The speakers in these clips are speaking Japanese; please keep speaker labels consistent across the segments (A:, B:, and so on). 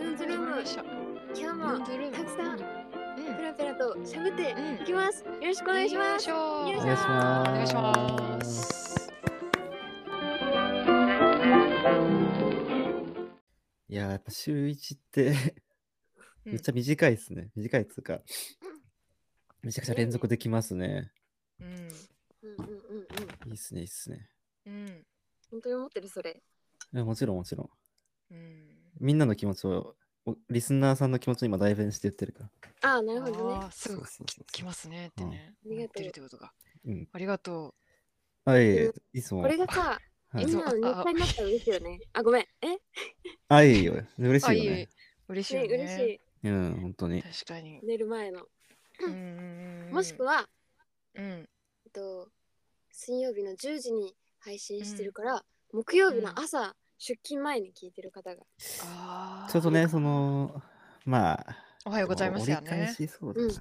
A: 今日
B: ましょう。ルン
A: も
B: ドゥルン
A: たくさん
B: うん
A: ペラペラと喋って
B: うん
A: いきます。よろしくお願いします。
B: お
A: よ
B: 願
A: い
B: い
A: し
B: し
A: ょ
B: ます。
A: ます
B: お願いします。
C: いやー、やっぱ週一ってめっちゃ短いですね。短いっつうか、めちゃくちゃ連続できますね。
B: うん。
A: うんうんうんうん。
C: いいっすね、いいっすね。
B: うん。
A: 本当に思ってるそれ。
C: いやもちろん、もちろん。
B: うん。
C: みんなの気持ちを、おリスナーさんの気持ちを今代弁して言ってるから。
A: ああなるほどね
B: あ。ーすぐ
C: そうそうそうそう
B: 来ますねってね。
A: うんありがとう
B: 思ってるってことが。
C: うん。
B: ありがと
C: あ、いえいえ、いつも。
A: これがさ、
C: はい
B: いつ
A: 今
B: も
A: の日課になったら嬉しいよね。あごめん。えね
C: あ、いえいえよ。嬉
B: う。
C: し
B: あ、
C: い
B: い
C: よ
B: い
C: ね。。
B: 嬉しいよね。
A: 嬉しい。
C: うん、本当に。
B: 確かに。
A: 寝る前の。
B: うんうんうん
A: もしくは
B: うん。
A: えっと水曜日の10時に配信してるから、木曜日の朝出勤前に聞いてる方が。
B: ああ。
C: ちょっとね、その、まあ、
B: おはようございますよね
C: でも折り返しそうだな。
A: うん
B: お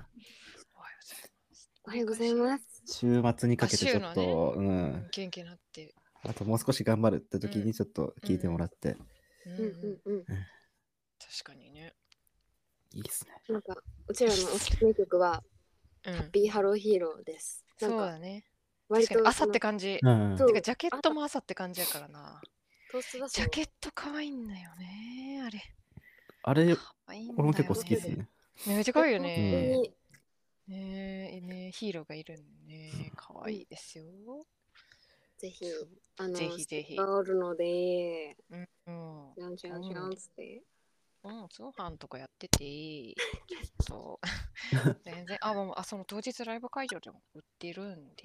B: はようございます。
A: おはようございます。
C: 週末にかけてちょっ
B: あ週
C: と、う
B: うんん。元気になって。
C: あともう少し頑張るって時
B: うん
C: にちょっと聞いてもらって、
B: うん
A: うん
B: うん。
A: うんうん。
B: 確かにね。
C: いいっすね。
A: なんかうちらのおすすめ曲は
B: うん。
A: ビーハローヒーローです。な
B: そ
A: ん
B: う
A: か
B: だね。
A: 割
B: 確かに
A: と
B: 朝って感じ。
C: うん
A: そう
B: てかジャケットも朝って感じやからな。
A: トーストだし
B: ジ
A: ね
B: ャケット可愛いんだよね。あれ。
C: あれ、
B: 可愛いんだよね
C: 俺も結構好きですね。。
B: めっちゃ可愛いよね。
A: 本
B: ねえねえヒーローがいるんでね。可愛いですよ。
A: 当にぜひあの
B: ぜひぜひ
A: ステッカーあるので
B: うん。うん
A: じゃんじゃんじゃんっつって
B: うん、通販とかやってて、ちょっと、全然、あ、もう、あ、その当日ライブ会場でも売ってるんで、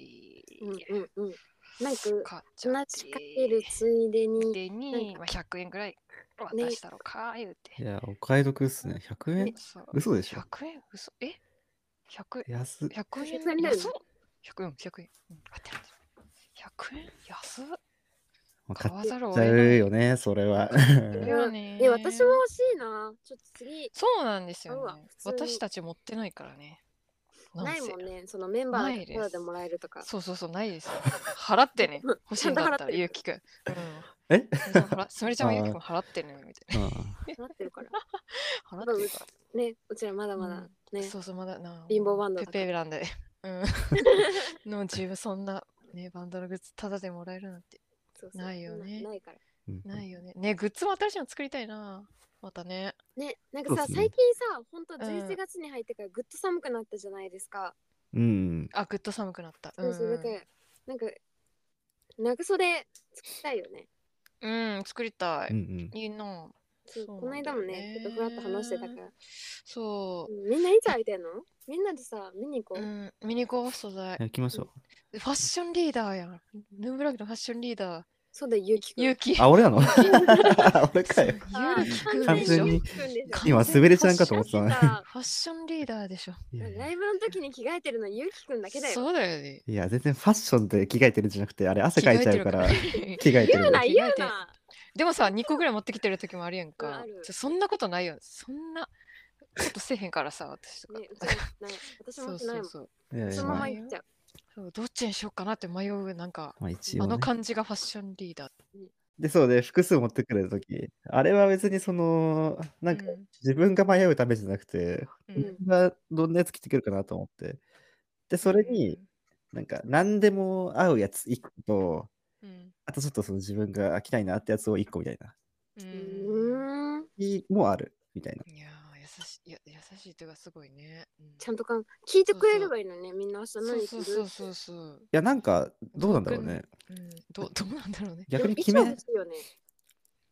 A: うんうんうんなんか
B: 買っち
A: 同
B: ゃっ
A: じかける
B: て、
A: ついでに
B: で
A: なん
B: に、
A: か
B: まあ、100円ぐらい
A: ね
B: 渡したろか、言う
C: い
B: て。
C: や、お買い得っすね。100円
B: そう
C: 嘘でしょ
B: 100円嘘え ?100 円
C: 安っ。
B: ?100 円
A: それだよね
B: 安っ ?100 円、100円。うん、合ってる合ってる100円安っ
C: もう
B: 買
C: 買
B: わ
C: っち
B: ざるを
C: ゃ
B: 得な
C: う
B: い。
C: よね、それは。
B: そう
A: や
B: だね
A: え私も欲しいなちょっと次
B: そうなんですよ
A: 買うわ
B: ね
A: 普。通に
B: 私たち持ってないからね。ん
A: ない
B: せ
A: もんねそのメンバ
B: な
A: ー
B: いで
A: ですただでもらえるとか
B: そうそうそう、ないですよ。払って ね。欲しいんだっ
A: ちゃんと払
B: た
A: って
B: ら、
A: る
B: ゆうきくん。うん。す
C: え
B: みれちゃん払すみれちゃんはゆうきくん払ってね、みたい
C: うん
A: なってるから
B: な。払ってるか
A: ねうちらまだまだ
B: ら。
A: ね
B: そうそう、まだな。
A: 貧乏バンドだ
B: ペ
A: から
B: ペベランダで。うん。の自分、そんな、ね、バンドのグッズ、ただでもらえるなんて。
A: そうそう
B: ないよね
A: ないから
C: うん
B: ないよね。ね、グッズも新しいの作りたいな。またね。
A: ねなんかさ
C: そうっすね
A: 最近さほんと
B: ん
A: 11月に入ってからぐっと寒くなったじゃないですか
C: うん。
B: あ、ぐっと寒くなった。う
A: そうそうだ
B: ん
A: か。らなんか長袖作りたいよね
B: うん、作りた
C: うん
B: い。
C: うん。
B: いいな。
A: そう
B: そう
A: この
B: なん
A: 間
B: だよ
A: もねちょっとふわっと話してたから
B: そ
A: うんみんないつ空いてんのみんなでさ見に行
B: う。
A: こ
B: う
A: う、
B: ん、ミニコー素材。
C: 行きましょ
B: ファッションリーダーやん。ヌーブラグのファッションリーダー。
A: そうだよゆうきくん
B: ゆうき。
C: う。あ、俺なの 俺かよ。
A: あー
B: ゆうきくん
C: 完
B: でし
C: 全
B: ょ
C: に
A: ゆうきくんでしょ
B: 完全
C: 今、すべれちゃんかと思ってた
A: だ
C: の
A: っ
C: に
A: てさ
B: ファッションリーダーでしょ。
C: いやいや
A: ライブの時に着替えてるのゆうきくんだけだよ
B: そうだよね。
C: いや、全然ファッションで着替えてるんじゃなくて、あれ、汗かいちゃうから、
B: 着替えてるか
C: 着替えて
A: 言う
C: る
A: な。言
B: 着替え
A: う
B: て
A: な
B: でもさ、2個ぐらい持ってきてる時もあるやん
A: うん
B: か
A: ある。
B: そんなことないよ。そんなことせえへんからさ、私とか
A: ね。うちない私
B: そ
A: も
B: う
A: 着な
B: そ
A: いうもん
B: そう。
C: いやい
A: そ
C: や
A: のま
C: ま
A: ま
C: あ
A: 行っちゃう
B: そうどっちにしようかなって迷う、なんか、
C: まあ一
B: あ
C: 応ね
B: の。感じがファッションリーダー。
C: で、そうで、複数持ってくるとき、あれは別にその、なんか
B: うん
C: 自分が迷うためじゃなくて、
B: う
A: うん
B: ん
C: がどんなやつ着てくるかなと思って。で、それに、なんか何でも合うやつ1個と、
B: うん
C: あとちょっとその自分が飽きたいなってやつを1個みたいな。
B: う。
A: うんーん
C: いいもうあるみたいな。
B: いやー、優しいいや、優しいというか、すごいね。うん
A: ちゃんとかん聞いてくれればいいのねみんな明日
B: そう
A: 何す
B: そう
A: る
B: そうそうそう。
C: いや、なんかどうなんだろうね。
B: うん、ど どうなんだろうね。
C: 逆に決
A: 決
C: め、
A: め
C: 衣
A: よね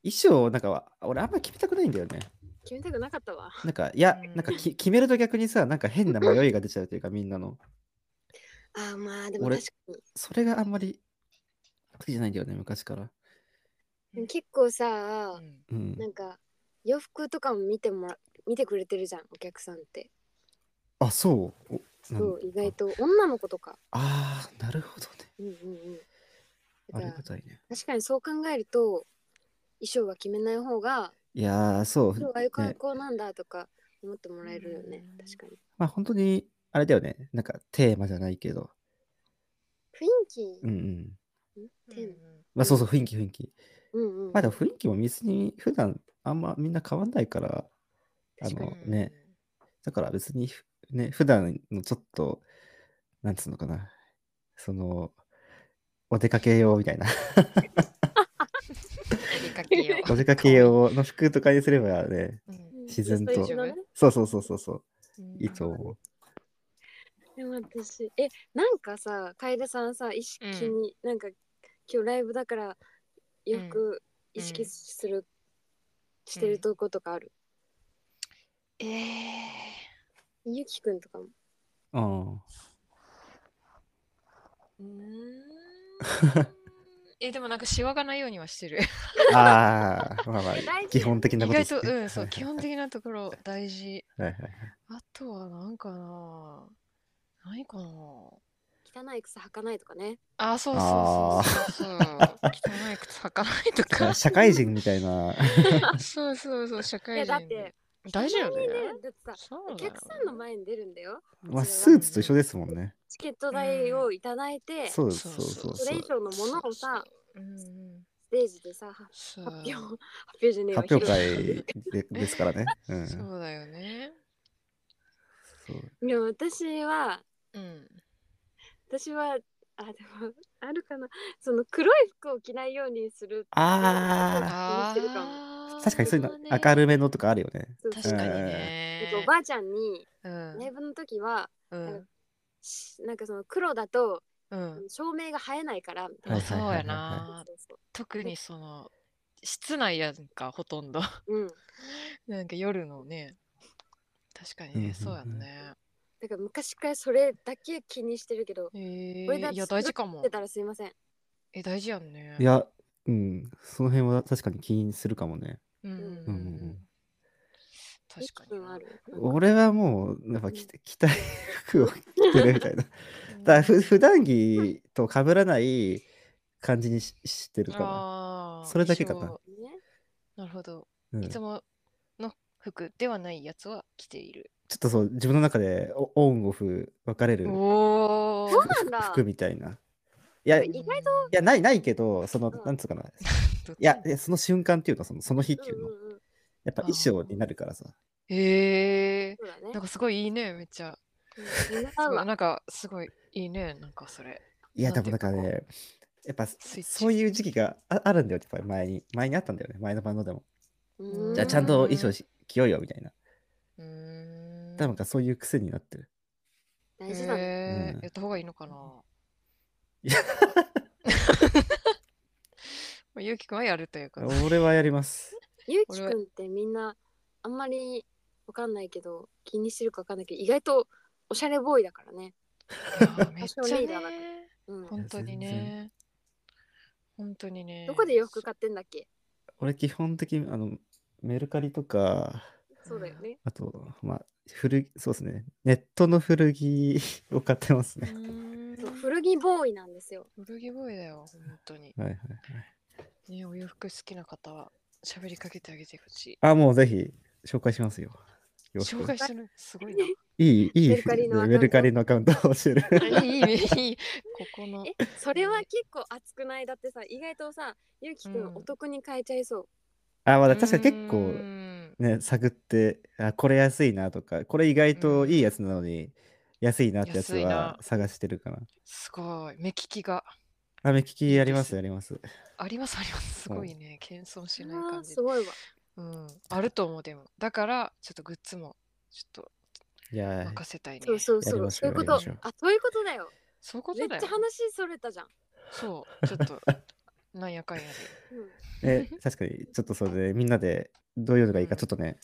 C: 装なんかは、俺あんま決めたくないんだよね。
A: 決めたくなかったわ
C: なんか、いや
B: うん、
C: なんかき決めると逆にさ、なんか変な迷いが出ちゃうというか、みんなの。
A: あーまあでも
C: 俺
A: 確かに
C: それがあんまり好きじゃないんだよね、昔から。
A: でも結構さ
B: うん
C: うん
A: な。んか洋服とかも見てもら見てくれてるじゃんお客さんって
C: あ、そう。おなん
A: そう意外と女の子とか
C: ああ、なるほどね。
A: うんうんうん
C: あ
A: だから
C: りがたいね。
A: 確かにそう考えると衣装は決めない方が
C: いやー、そう。
A: 今日ああいう
C: ね
A: 格好なんだとか思ってもらえるよね
B: うん
A: 確かに
C: まあ本当に、あれだよね。なんかテーマじゃないけど。
A: 雰囲
C: うんうん。
A: 気テーマ
C: まあそうそう、雰囲気、雰囲気。
A: うんうん
C: まあでも雰囲気も別に普段あんまみんな変わんないから、あ
A: 確か
C: の
A: に
C: ね、だから別にふ、ね、普段のちょっと、なんつうのかな、その、お出かけ用みたいな、
B: お出かけよう
C: お出かけ用の服とかにすればね、
B: うん
C: 自然と
A: 最初のね
C: そうそうそうそうそう、
B: うん
C: いいと思う。
A: でも私えなんかさ楓さんさ意識に、なんか今日ライブだからよく意識する、してるとことかある、
B: えー
A: ゆきくんとかも
C: うん。
B: うーん えでもなんかシワがないようにはしてる
C: ああ、まあまあ
A: 大事だよ、
C: 基本的
B: 意
C: なこと
B: 外
C: ですね
B: とうん そう基
C: は
B: 本的なところ大事
C: いはいはい
B: あとはなんかな何かな
A: 汚い靴履かないとかね
B: あそう
C: あ
B: そうそうそうそう汚い靴履かないと
C: だから
B: か
C: 社会人みたいな。
B: そうそうそう社
A: い
B: 会
A: や
B: 人
A: だって
B: 大事よね
A: たまにだってさ
B: そう
A: お
B: だよ
A: 客さんの前に出るんだよ
C: まあ、
A: そ
C: ス
A: れは
C: ーツと一緒ですもんね。
A: チケット代をいただいて、
C: そう
B: そ
C: そう
B: そ
C: う
B: う
C: そう
A: そ
C: そ
A: れ以
C: う。
A: 上のものをさ
B: うんうん
A: ステージでさ発
B: そう
A: 表発表じゃねえわ
C: 発表
A: 披露
C: 会でですからね。うん。そ
B: そうだよね
C: う
A: でも私は
B: うん
A: 私はあでもあるかなその黒い服を着ないようにする
C: あ
B: あ
A: 気にしてるかも
B: あ
C: 確かにそういうの明
B: る
C: るめのとかあるよね。
A: そう
B: 確かにね
A: なんかおばあちゃんに
B: うん
A: ライブの時は、
B: うん
A: しなんかその黒だと
B: うん
A: 照明が映えないからみたい
B: ま
A: な、
B: あ
C: はいはい
B: そ
C: は
A: そう
B: うやな
C: い
A: そう
B: 特にその室内やんかほとんど
A: そううん、
B: なんか夜のね確かに
C: うんうんう
B: ね
C: ん
B: そうやんね
A: だから昔からそれだけ気にしてるけど
B: え
A: これだ
B: ーいや大事か
A: 知っ
B: も
A: てたらすいません
B: え大事やんね
C: いや、うん。その辺は確かに気にするかもね。
B: うんうん
A: うん
B: う
C: うん
B: ん
C: うん
B: うん確かに
A: ゆきくんある
C: 俺はもう、やっぱ着て着たい服を着てるみたいな。だからふ普段着と被らない感じにししてるか
B: ああ
C: それだけかな
A: ね
B: なるほど
C: な。うん
B: いつもの服ではないやつは着ている。
C: ちょっとそう、自分の中でオオンオフ分かれる
B: おお
A: そうなんだ
C: 服みたいな。いや、い
A: 意外
B: と。
C: や、ない、ないけど、その
A: うん、
C: なんつうかな。い
B: どっち
C: や、いやその瞬間っていうのはその、その日っていううんの
A: う。んうん
C: やっぱ衣装になるからさ。
B: へえ
A: そうだね
B: なんかすごいいいね、めっちゃ。
A: うんみんな
B: す
A: 合う
B: ごい
A: わ
B: なんかすごいいいね、なんかそれ。
C: いや、
B: な
C: で
B: んて
C: も
B: いう
C: なん
B: か
C: かね、やっぱ
B: スイッチ
C: そういう時期がああるんだよ、やっぱり前に。前にあったんだよね、前のバンドでも。
A: う
C: じゃあ、ちゃんと衣装し着ようよみたいな。
B: うーん。
C: 多分かそういう癖になってる。
A: 大事だね
B: へー
C: うん
B: やった方がいいのかな。
C: いや
B: ゆうきくんはやるということ。
C: 俺はやります。
A: ゆうきくんってみんなあんまりわかんないけど気にしてるかわかんないけど意外とおしゃれボーイだからね。
B: いやーめっち
A: ファッションリーダ
B: ゃ
A: ーだか
B: ね。
A: うん、
B: 本当に
C: いや全
B: ね。本当にね。
A: どこで洋服買ってんだっけ
C: 俺、基本的に、あの、メルカリとか、
A: そうだよね。
C: あと、まあ、古着、そうですね。ネットの古着を買ってます
B: う
C: ね。
B: ーん
A: そう古着ボーイなんですよ。
B: 古着ボーイだよ、本当に。
C: はいはいはい。
B: ね、お洋服好きな方は喋りかけてあげてほしい。
C: あ、もうぜひ、紹介しますよ。洋服
B: 紹介してる、すごいな。
C: いい、いい
A: メルカリのアカウント
C: メルカリのアカウントを教える。
B: いい、いいね、いい。ここの。
A: え、それは結構熱くないだってさ、意外とさ、ゆうきく
B: うん
A: んお得に買えちゃいそう。
C: あ、まあ、確かに結
B: う
C: 構
B: ー、ん
C: ね、探って、あ、これ安いなとか、これ意外といいやつなのに、安いなってやつ
B: 安いな
C: は探してるかな。
B: すごい。目利きが
C: あ、目利きやります、
B: い
C: やります。
B: あります、あります。す
C: うん
B: ごいね。謙遜しない
A: あ
B: 感
A: あ、
B: じ
A: す。ごいわ。
B: うん。あると思う、でも。だから、ちょっとグッズも、ちょっ
C: いや
B: と
C: ー、
B: 任せたいね。
A: そうそう
C: やり
A: そ
C: ま
A: う。
C: し
A: そ
C: ょ
A: ういううこと
C: やりましょう。
A: あ、そういうことだよ。
B: そういうこ
A: め
B: と
A: っ
B: だよ
A: ちゃ。話それたじゃん。
B: そう、ちょっと、なんやかんやで。
A: うん
C: ね、確かに、ちょっと それで、みんなで、どういうのがいいか、ちょっとね、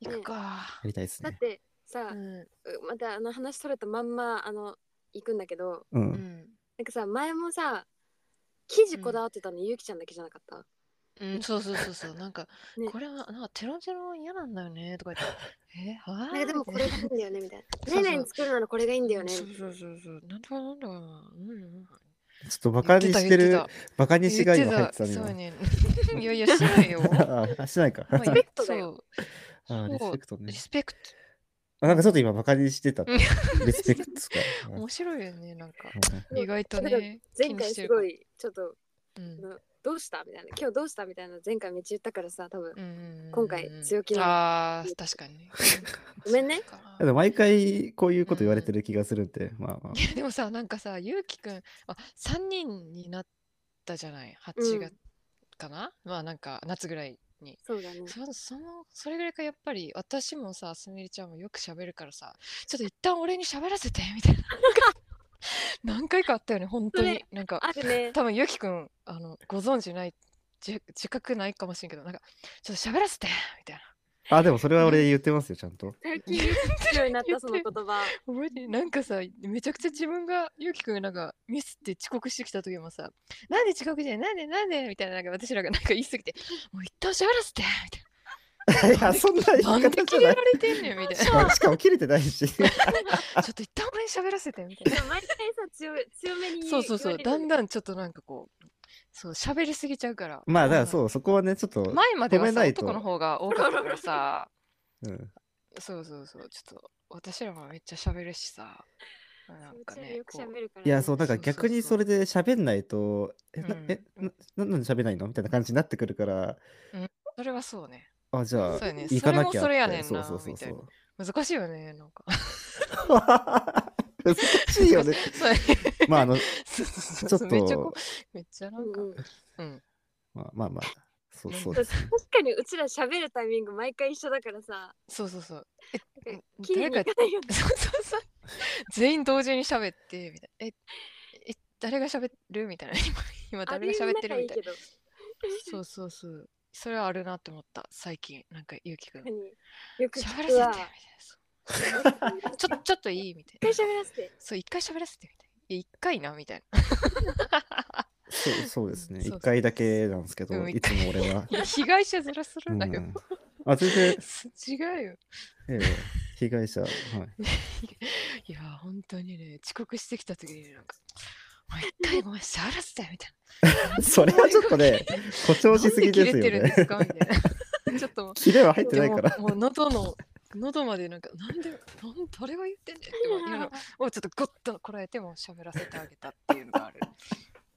B: 行くか。
C: やりたいです
A: だっ
C: ね。
A: て
B: う
A: さ、
B: ん。
A: うまたあの話それたまんま、あの、行くんだけど、
B: う
C: う。
B: んん
A: なんかさ、前もさ、生地こだわってたの、ゆうきちゃんだけじゃなかった
B: うん、そうそうそ うそう、なんか、
A: ね
B: これは、なんか、テロンテロン嫌なんだよねとか言って。え、は
A: なんかでもこれがいいんだよねみたいな。
B: そう
A: ねえねえに作るならこれがいいんだよね。
B: そうそうそうそう、なんとかなんだかな。うんうん。
C: ちょっとバカにして
B: 言って
C: る
B: た、
C: バカにしが
B: 言
C: 今
B: って
C: 入ったてたね
B: そう
C: 今。
B: ね。いやいや、しないよ。
C: あ、しないか。
B: まあ
A: ペクトだよ。
C: あーリス
B: そう
C: ペクトね
B: リ。スペクト。
C: あなんかちょっと今バカにしてた。
B: うん
C: リスペクトですか。
B: 面白いよね、なんか。
C: うん
B: 意外とね。
A: 前回すごいちょっと
B: 気にしてるか。
A: どどうしたみたいな今日どうしたみたいな前回めっちゃ言ったからさ多分
B: うん
A: 今回強気なの
B: なあー確かにね
A: ごめんね
B: そうか
C: でも毎回こういうこと言われてる気がするんで、まあまあ
B: いやでもさなんかさゆうきくんあ3人になったじゃない8月かな、まあなんか夏ぐらいに
A: そうだね
B: そそのそれぐらいかやっぱり私もさすみれちゃんもよく喋るからさちょっと一旦俺に喋らせてみたいな何回かあったよね本当
A: そ
B: に
A: れ
B: なんか
A: あるね
B: 多分ゆうきくんあのご存知ない自自覚ないかもしれんけどなんかちょっと喋らせてみたいな
C: あでもそれは俺言ってますよちゃんと
A: 最近強にな ったその言葉
B: 覚えてるなんかさめちゃくちゃ自分がゆうきくんがなんかミスって遅刻してきた時もさ「なんで遅刻じゃんなんでなんで?」みたいななんか私らがなんか言いすぎて「もう一旦喋らせて」
C: いやそんな言
B: みた
C: い
B: いな「なんで
C: 方じ
B: 切れ
C: ゃない
B: られてんねん」みたい
C: あ しかも切れてないし
B: な「ちょっと一旦俺に喋らせて」みたい
A: でも毎回さ強い強めに
B: な
A: 言
B: そうそうそう
A: 言わ
B: だ
A: れる
B: んだんちょっとなんかこうそう喋りすぎちゃうから
C: まあだから
B: う
C: そうそこはねちょっと、
B: 前までは
C: 止め
B: さ
C: ないと
B: 男の方が多かったからさ
C: うん、
B: そうそうそうちょっと私らもめっちゃ喋るしさなんか
A: 強い
B: ね
A: よく
B: こう
A: 喋るからね
C: いやそう
B: だ
C: なんか逆にそれで喋んないとえな
B: うん
C: えなななんで喋んないのみたいな感じになってくるから
B: それはそうね
C: あじゃあ、
B: そうやね
C: 行かなきゃって
B: それもそれやねんな
C: そうそうそう
B: みたい
C: そ
B: うな難しいよね なんか
C: 難しい よね
B: そう
C: まああの、
B: そうそう
C: ちょ
B: そう
C: っと
B: めっちゃこうめっちゃな
A: うん
B: か、
A: んうん
B: うん、
C: まあまあまあそうそう
A: 確かにうちら喋るタイミング毎回一緒だからさ
B: そうそうそう。
A: なんか
B: うん
A: 綺麗にいかないよね
B: そうそうそう。全員同時に喋って、みたいな。え、え、誰が喋るみたいな。 今、今誰が喋ってるみたいな。
A: な
B: そうそうそう。それはあるなって思った、最近。なんか、ゆ うきくん。
A: よく
B: 喋
A: 聞
B: らせ
A: く
B: て、みたい
A: わ
B: な。そうちょっと、ちょっといいみたい
A: 一回
B: な。
A: 喋らせて
B: そう、一回喋らせて、みたいな。いや、一回な、みたい
C: そうそうですね
B: そう
C: 一
B: そう
C: 回だけなんですけど、
B: うん
C: いつ も俺は、
B: な。いや、被害者ずらす
C: う
B: るんだよ。
C: ん、あ全然、
B: 違うよ。
C: ええ被害者はい
B: いやー、本当にね、遅刻してきた時に、なんか、もう一回ごめん、触らせて、みたいな。
C: それはちょっと ね、誇張しすぎですよ
B: なんで切れてるんで
C: ね
B: すかみたい な。ちょっともう、
C: キレは入ってないから
B: でももう喉の、喉までなんか、なんで、なん誰が言ってんねんって思ういうのをちょっとゴッとこらえても喋らせてあげたっていうのがある。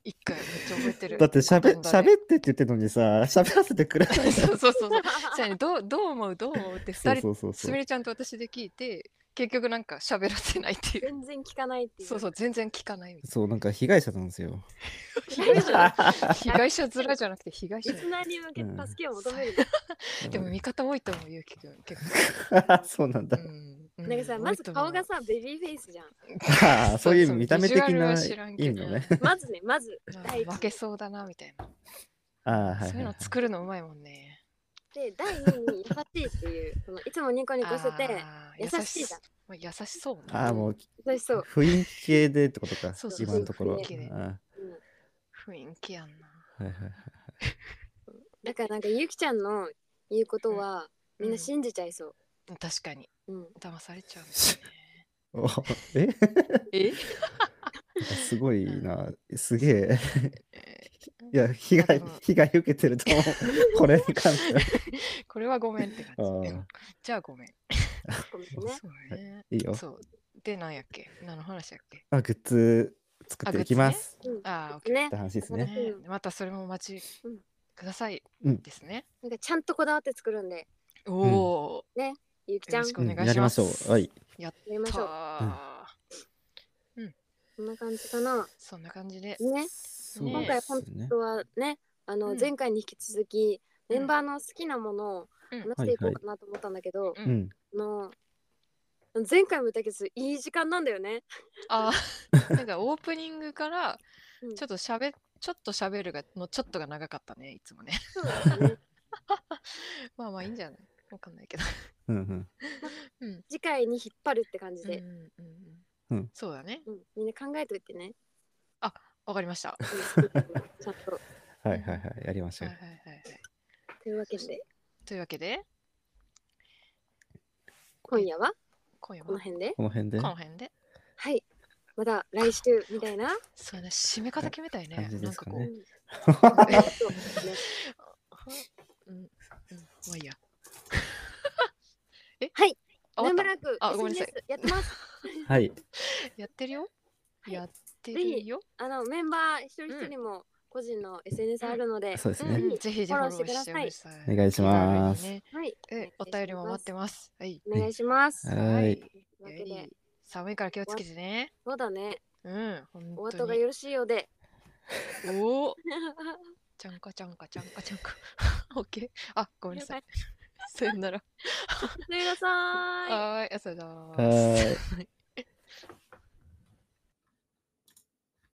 B: 一回めっちゃ覚えてる。
C: だって喋
B: 五反田で
C: 喋ってって言ってるのにさ喋らせてくれな い
B: そうそうそうそう。そうやね、どうどう思うどう思うって
C: そ
B: 二
C: うそ
B: 人、
C: うそう
B: す
C: そ
B: み
C: う
B: れちゃんと私で聞いて、結局なんか喋らせないってい う。
A: 全然聞かないっていう
B: そうそう、全然聞かないみたいな。
C: そうなんか被害者なんですよ
B: 被害 者被害者面じゃなくて被害者
A: リスナーに向けて助けを求める、
B: でも味方多いと思うゆうきくん結
C: そうなん
B: 構
C: だ、
B: う
A: なんかさ
B: う
A: まず
B: 多いと思う
A: 顔がさベビーフェイスじゃん
C: ああそうい
B: そうう
C: 見た目的
B: ビジュアル
C: な
B: は
C: 意
B: 知らんけ
C: 味
B: ど
C: のね
A: まずねまず
B: なんか
A: 第一
B: 負けそうだなみたいな、
C: ああはい
B: そ
C: は
B: うい
C: いうは
B: の
C: い
B: 作るのうまいもんね
A: で第二に優しいっていうそのいつもニコニコしてて
B: あー
A: 優しいじゃん
B: 優し優しそう
C: ああもう
A: 優しそう、
C: 雰囲気系でってことか
B: そうそう
C: 今のところ
B: 雰囲気で
C: ああ
A: うん
B: 雰囲気やんな
C: はいはいはい
A: だからなんかゆきちゃんの言うことは、みんな信じちゃいそう、
B: 確かに
A: うん
B: 騙されちゃうんだ
C: おえ
B: よね
C: すごいなすげえ
B: え
C: いや被
B: あで
C: 害
B: も
C: 被害受けてると思うこれに関しては
B: ーこれはごめんって感
C: あ
B: じ
C: ー
B: うんじゃあごめん
A: ごめんね
B: そうね
C: いいよ
B: そうで何やっけ何の話やっけ
C: まあグッズ作っていきます
B: ああ
A: ね
C: って話です
A: グッ
C: ね
A: ズ
B: ね、またそれもお待ち
A: うん
B: ください
C: うん
B: ですね。
A: なんかちゃんとこだわって作るんで
B: おお
A: ゆきちゃん
B: よろしく
A: や
B: お
C: う
B: 願
C: ん
B: いします
C: やりましょうはい
A: り
B: ー、
A: ましょう
B: た
A: こんな感じかな
B: そんな感じで。
A: ね
C: そう
B: 今
A: 回
C: で
A: コン
C: すね
A: あとはねあの、
B: うん
A: 前回に引き続き
B: うん
A: メンバーの好きなものを
B: うん
A: 話していこうかなと思ったんだけど、
B: う
C: うん
A: あの前回も言ったけどいい時間なんだよね
B: あ ーなんかオープニングから
A: うん
B: ちょっとしゃべちょっとしゃべるがのちょっとが長かったねいつもね。
A: そうだね
B: まあまあいいんじゃないわかんないけど。
C: うんうん
B: うん
A: 次回に引っ張るって感じ
B: うん
A: で、
B: うんう
C: うんん。
B: そうだね。
A: うんみんな考えといてね、
B: わかりま した。は
A: うんちゃんと
C: はいはいはいやりまし
B: い
C: ょ
B: はいうはいはい。
A: というわけで
B: というわけで
A: 今夜は
B: 今夜
A: この
B: も
A: 辺で
C: この辺で
B: この辺で。
A: はいまた来週みたいな、
B: そうね締め方決めたいね
C: 感じ。
B: な
C: で
B: ん
C: す
B: か
C: か
B: こう
C: ね。
A: そうですね
B: うん、うん、まあい いや。 え
A: はい。
B: あ、
A: なん
B: 終
A: ば
B: わっ
A: らく
B: あごめんなさい
A: SNS やってます
C: はい
B: たやってるよ。
A: はい
B: やって
A: ぜひ
B: るよ。
A: あのメンバー一人一人も個人の SNS あるので、
C: そうです
B: う
C: ね。
B: ん、ぜひぜひフォローしてくださ
A: フォロ
B: い
A: ーし。
C: お願いします
B: 気軽にね
A: はい、
B: えお便りも待ってます。はい。
A: お願いします。
C: は
A: と
C: い
A: い
C: はい。
A: うわけで、
B: 寒いから気をつけてね。
A: そうだね、
B: うん。
A: お
B: 本
A: 後
B: 当
A: が
B: に。
A: よろしいよう で。
B: おお。ちゃんかちゃんかちゃんか ちゃんか。オッケー。あ、ごめんなさい。さよなら。
A: さよならさーい。
B: はーい。あ、さよなら。
C: はーい。